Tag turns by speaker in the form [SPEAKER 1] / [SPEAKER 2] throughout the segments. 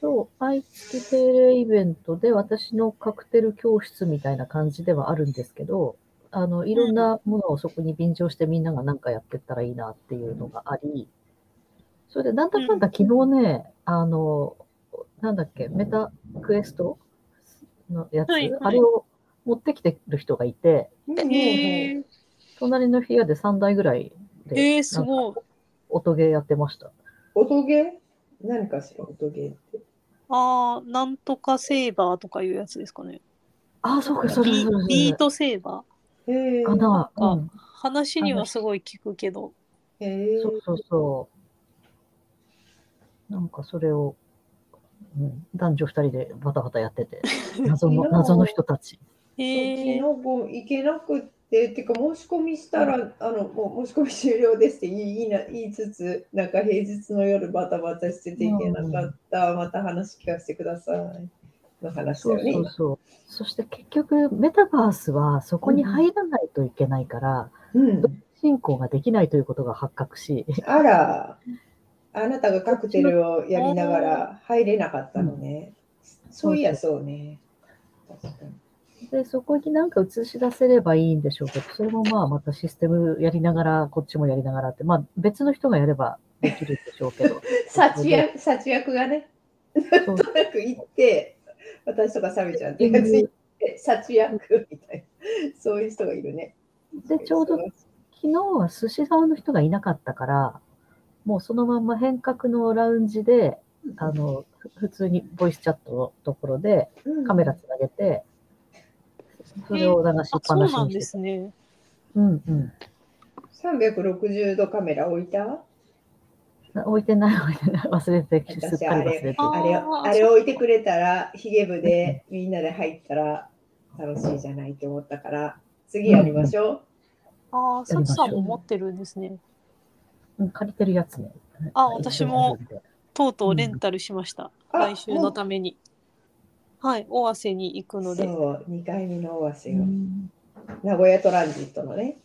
[SPEAKER 1] そう、愛知定例イベントで私のカクテル教室みたいな感じではあるんですけど、あの、いろんなものをそこに便乗してみんなが何かやってったらいいなっていうのがあり、それでなんだかんだ昨日ね、あの、なんだっけ、メタクエストのやつ、
[SPEAKER 2] はいはい
[SPEAKER 1] あれを持ってきてる人がいて、
[SPEAKER 2] へえ
[SPEAKER 1] 隣の部屋で3台ぐらいで、
[SPEAKER 2] えー、すごい。
[SPEAKER 1] 音ゲーやってました。
[SPEAKER 3] 音ゲー何かしら音ゲーって。
[SPEAKER 2] ああ、なんとかセーバーとかいうやつですかね。
[SPEAKER 1] あ、そうか、それ
[SPEAKER 2] ビ
[SPEAKER 1] それそれ
[SPEAKER 2] ビートセーバ
[SPEAKER 3] へえ
[SPEAKER 1] かな。
[SPEAKER 2] なんか
[SPEAKER 1] うん
[SPEAKER 2] ー。話にはすごい聞くけど。
[SPEAKER 3] へえ
[SPEAKER 1] そうそうそう。なんかそれを、うん、男女二人でバタバタやってて、謎の謎の人たち。
[SPEAKER 2] へえ
[SPEAKER 3] 昨日も行けなくって、てか申し込みしたら、あのもう申し込み終了ですって言いいいな言いつつ、なんか平日の夜バタバタしてて行けなかった、また話聞かせてください。の話だ
[SPEAKER 1] そう
[SPEAKER 3] よね。
[SPEAKER 1] そうそう。そして結局、メタバースはそこに入らないといけないから、
[SPEAKER 3] うん、
[SPEAKER 1] 進行ができないということが発覚し、
[SPEAKER 3] あら、あなたがカクテルをやりながら入れなかったのね。そういや、そうね。確かに
[SPEAKER 1] で、そこになんか映し出せればいいんでしょうけど、それもまあまたシステムやりながら、こっちもやりながらって、まあ別の人がやればできるんでしょうけど。
[SPEAKER 3] 幸役幸役がね、
[SPEAKER 1] そう
[SPEAKER 3] な
[SPEAKER 1] ん
[SPEAKER 3] となく行って、私とかサビちゃんってやつ行って、幸役みたいな、そういう人がいるね。
[SPEAKER 1] で、ちょうど昨日は寿司竿の人がいなかったから、もうそのまんま変革のラウンジで、あの、ふ普通にボイスチャットのところで
[SPEAKER 3] うん
[SPEAKER 1] カメラつなげて、それを流しっ
[SPEAKER 2] あ、
[SPEAKER 1] ぱ
[SPEAKER 2] そう
[SPEAKER 1] なし
[SPEAKER 2] なん
[SPEAKER 1] に
[SPEAKER 2] で
[SPEAKER 1] して。
[SPEAKER 2] すね。
[SPEAKER 1] うんうん
[SPEAKER 3] 360度カメラ置いた
[SPEAKER 1] な置いてない置いてない。忘れて、すっ
[SPEAKER 3] 私
[SPEAKER 1] か
[SPEAKER 3] あ
[SPEAKER 1] り忘れて
[SPEAKER 3] れ
[SPEAKER 1] る。
[SPEAKER 3] あれを
[SPEAKER 2] あー
[SPEAKER 3] あれ置いてくれたらヒゲ部でみんなで入ったら楽しいじゃないと思ったから次やりましょ
[SPEAKER 2] ああ、
[SPEAKER 1] やり
[SPEAKER 2] サ
[SPEAKER 1] ま
[SPEAKER 2] チ
[SPEAKER 1] しょう
[SPEAKER 2] さんも持ってるんですね。
[SPEAKER 1] うん借りてるやつね。
[SPEAKER 2] あ
[SPEAKER 1] はい
[SPEAKER 2] 私も。とうとうレンタルしました。
[SPEAKER 3] うんあ
[SPEAKER 2] 来週のために。はい、尾鷲に行く
[SPEAKER 3] う、
[SPEAKER 2] の
[SPEAKER 3] そ
[SPEAKER 2] で。
[SPEAKER 3] う2回目のオアシ
[SPEAKER 1] う
[SPEAKER 3] よ
[SPEAKER 1] ん
[SPEAKER 3] 名古屋トランジット のね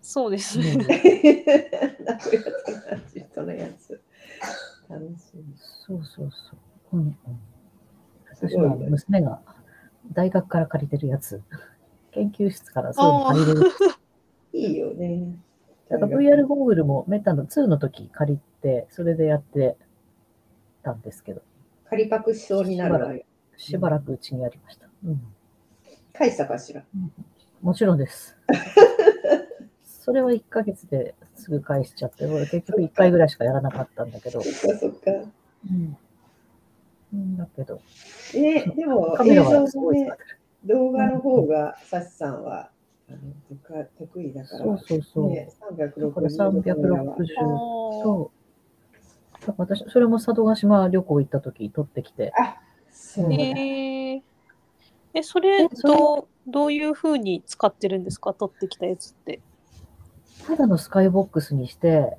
[SPEAKER 2] そうです
[SPEAKER 1] う
[SPEAKER 2] ね。
[SPEAKER 1] ん
[SPEAKER 3] 名古屋トランジットのやつ楽しみ
[SPEAKER 1] そうそうそう。うんうん、
[SPEAKER 3] す
[SPEAKER 1] 私
[SPEAKER 3] ごい
[SPEAKER 1] は
[SPEAKER 3] ね
[SPEAKER 1] 娘が大学から借りてるやつ、研究室からそういうの借りれる。
[SPEAKER 3] いいよね
[SPEAKER 1] だから VR ゴーグルもメタの2の時借りて、それでやってたんですけど、
[SPEAKER 3] 仮パクしそうになるわよ
[SPEAKER 1] しばらくうちにやりました。うん、
[SPEAKER 3] 返したかしら
[SPEAKER 1] もちろん です。それは1ヶ月ですぐ返しちゃって、俺結局1回ぐらいしかやらなかったんだけど
[SPEAKER 3] そ、っかそっか
[SPEAKER 1] うん、うんだけど、
[SPEAKER 3] えでも
[SPEAKER 1] カメ
[SPEAKER 3] 映
[SPEAKER 1] ラ
[SPEAKER 3] 像
[SPEAKER 1] はす
[SPEAKER 3] も
[SPEAKER 1] ごい
[SPEAKER 3] ね
[SPEAKER 1] 使ってる。
[SPEAKER 3] 動画の方がサシさんはあの得得意だから、
[SPEAKER 1] そうそうそう。
[SPEAKER 3] ね、
[SPEAKER 1] だから
[SPEAKER 3] 360度カメラは
[SPEAKER 1] 360
[SPEAKER 2] あー
[SPEAKER 1] そう。だから私、それも佐渡島旅行行った時撮ってきて、
[SPEAKER 3] あそう
[SPEAKER 2] え
[SPEAKER 3] だ、
[SPEAKER 2] ーえ、それ
[SPEAKER 1] えそれ
[SPEAKER 2] どう、どういうふうに使ってるんですか取ってきたやつって。
[SPEAKER 1] ただのスカイボックスにして、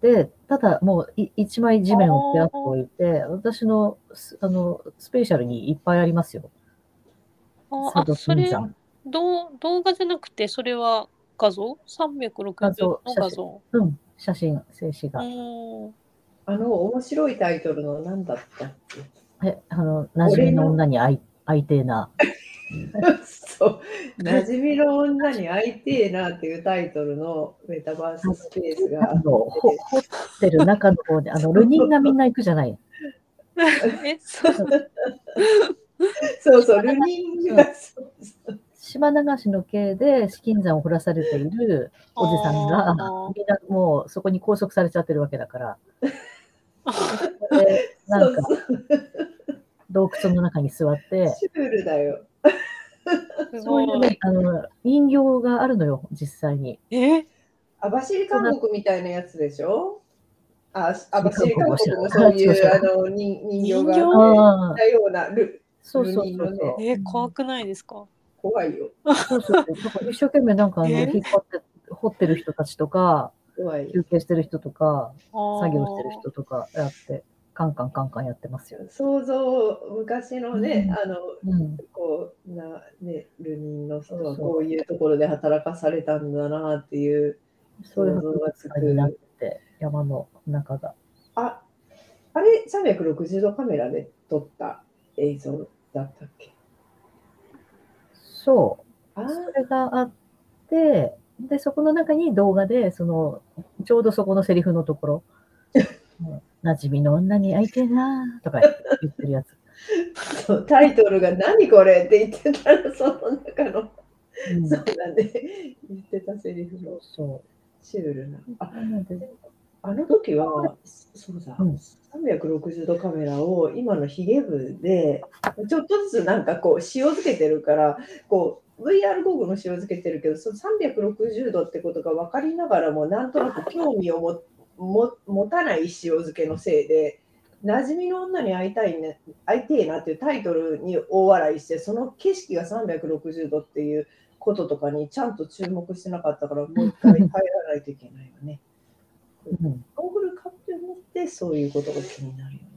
[SPEAKER 1] で、ただもうい一枚地面をペアッと置いて、私のスあのスペーシャルにいっぱいありますよ。
[SPEAKER 2] あ
[SPEAKER 1] 佐
[SPEAKER 2] あ、
[SPEAKER 1] 渡
[SPEAKER 2] それ
[SPEAKER 1] 金、山。
[SPEAKER 2] どう動画じゃなくて、それは画像 ?360 度の
[SPEAKER 1] 画
[SPEAKER 2] 画
[SPEAKER 1] 像
[SPEAKER 2] 像。
[SPEAKER 1] うん、写真、静止
[SPEAKER 2] う
[SPEAKER 1] 画。
[SPEAKER 2] ーん。
[SPEAKER 3] あの面白いタイトルの何だったっ け
[SPEAKER 1] え、あの、馴染みの女に会い会いてえな。
[SPEAKER 3] そう馴染みの女に会いてえなっていうタイトルのメタバーススペース
[SPEAKER 1] あ
[SPEAKER 3] が
[SPEAKER 1] の、ほ掘ってる中の方で、あの、ルニンがみんな行くじゃない。
[SPEAKER 2] え、そう。
[SPEAKER 3] そうそうルニンがそうそう
[SPEAKER 1] 島流しの刑で資金山を掘らされているおじさんが
[SPEAKER 2] あー、
[SPEAKER 1] みんなもうそこに拘束されちゃってるわけだから、 でなんか
[SPEAKER 3] そうそう
[SPEAKER 1] 洞窟の中に座って、
[SPEAKER 3] シュールだよ
[SPEAKER 2] す
[SPEAKER 1] そういう
[SPEAKER 2] ごい
[SPEAKER 1] ね、。あの、人形があるのよ、実際に。
[SPEAKER 2] え、
[SPEAKER 3] 網走韓国みたいなやつでしょあ網走韓
[SPEAKER 1] 韓
[SPEAKER 3] 国
[SPEAKER 1] 国
[SPEAKER 3] も
[SPEAKER 1] も
[SPEAKER 3] そう
[SPEAKER 1] 知らな
[SPEAKER 3] いうあ
[SPEAKER 1] い
[SPEAKER 3] の人人形
[SPEAKER 2] 人
[SPEAKER 3] が
[SPEAKER 2] 形
[SPEAKER 1] ああ
[SPEAKER 3] 似、たようなル
[SPEAKER 1] そうそうそうそう。
[SPEAKER 2] え、怖くないですか
[SPEAKER 3] 怖いよ
[SPEAKER 1] そうそうそうだから一生懸命なんかあの、
[SPEAKER 2] え
[SPEAKER 1] 引っ張って、掘ってる人たちとか、
[SPEAKER 3] 怖いよ
[SPEAKER 1] 休憩してる人とか、
[SPEAKER 2] 作
[SPEAKER 1] 作業してる人とかやって、カンカンカンカンやってますよ。
[SPEAKER 3] 想像昔のね、
[SPEAKER 1] うん
[SPEAKER 3] あの
[SPEAKER 1] うん。
[SPEAKER 3] こうなねルニンの人
[SPEAKER 1] そう
[SPEAKER 3] は
[SPEAKER 1] そう
[SPEAKER 3] こういうところで働かされたんだなっていう
[SPEAKER 1] そういう博物館になって、山の中が。
[SPEAKER 3] ああれ、360度カメラで撮った映像だったっけ
[SPEAKER 1] そう。
[SPEAKER 3] あ
[SPEAKER 1] それがあって、で、そこの中に動画で、その、ちょうどそこのセリフのとこ ろ、うん馴染みの女に会いてえなあとか言ってるやつ。
[SPEAKER 3] あ、タイトルが何これって言ってたら、その中の、
[SPEAKER 1] うん
[SPEAKER 3] そうだね、言ってたセリフの
[SPEAKER 1] そ
[SPEAKER 3] シュールな。あ
[SPEAKER 1] う。なので
[SPEAKER 3] あの時は、そうだ、
[SPEAKER 1] うん
[SPEAKER 3] 360度カメラを今のヒゲ部で、ちょっとずつなんかこう、塩漬けてるから、こう、VR ゴーグルも塩漬けてるけど、その360度ってことが分かりながらも、なんとなく興味をもも持たない塩漬けのせいで、馴染みの女に会いたいね、会いてえなっていうタイトルに大笑いして、その景色が360度っていうこととかにちゃんと注目してなかったから、もう一回入らないといけないよね。
[SPEAKER 1] うん
[SPEAKER 3] ゴーグル買って持ってそういうことが気になるよね。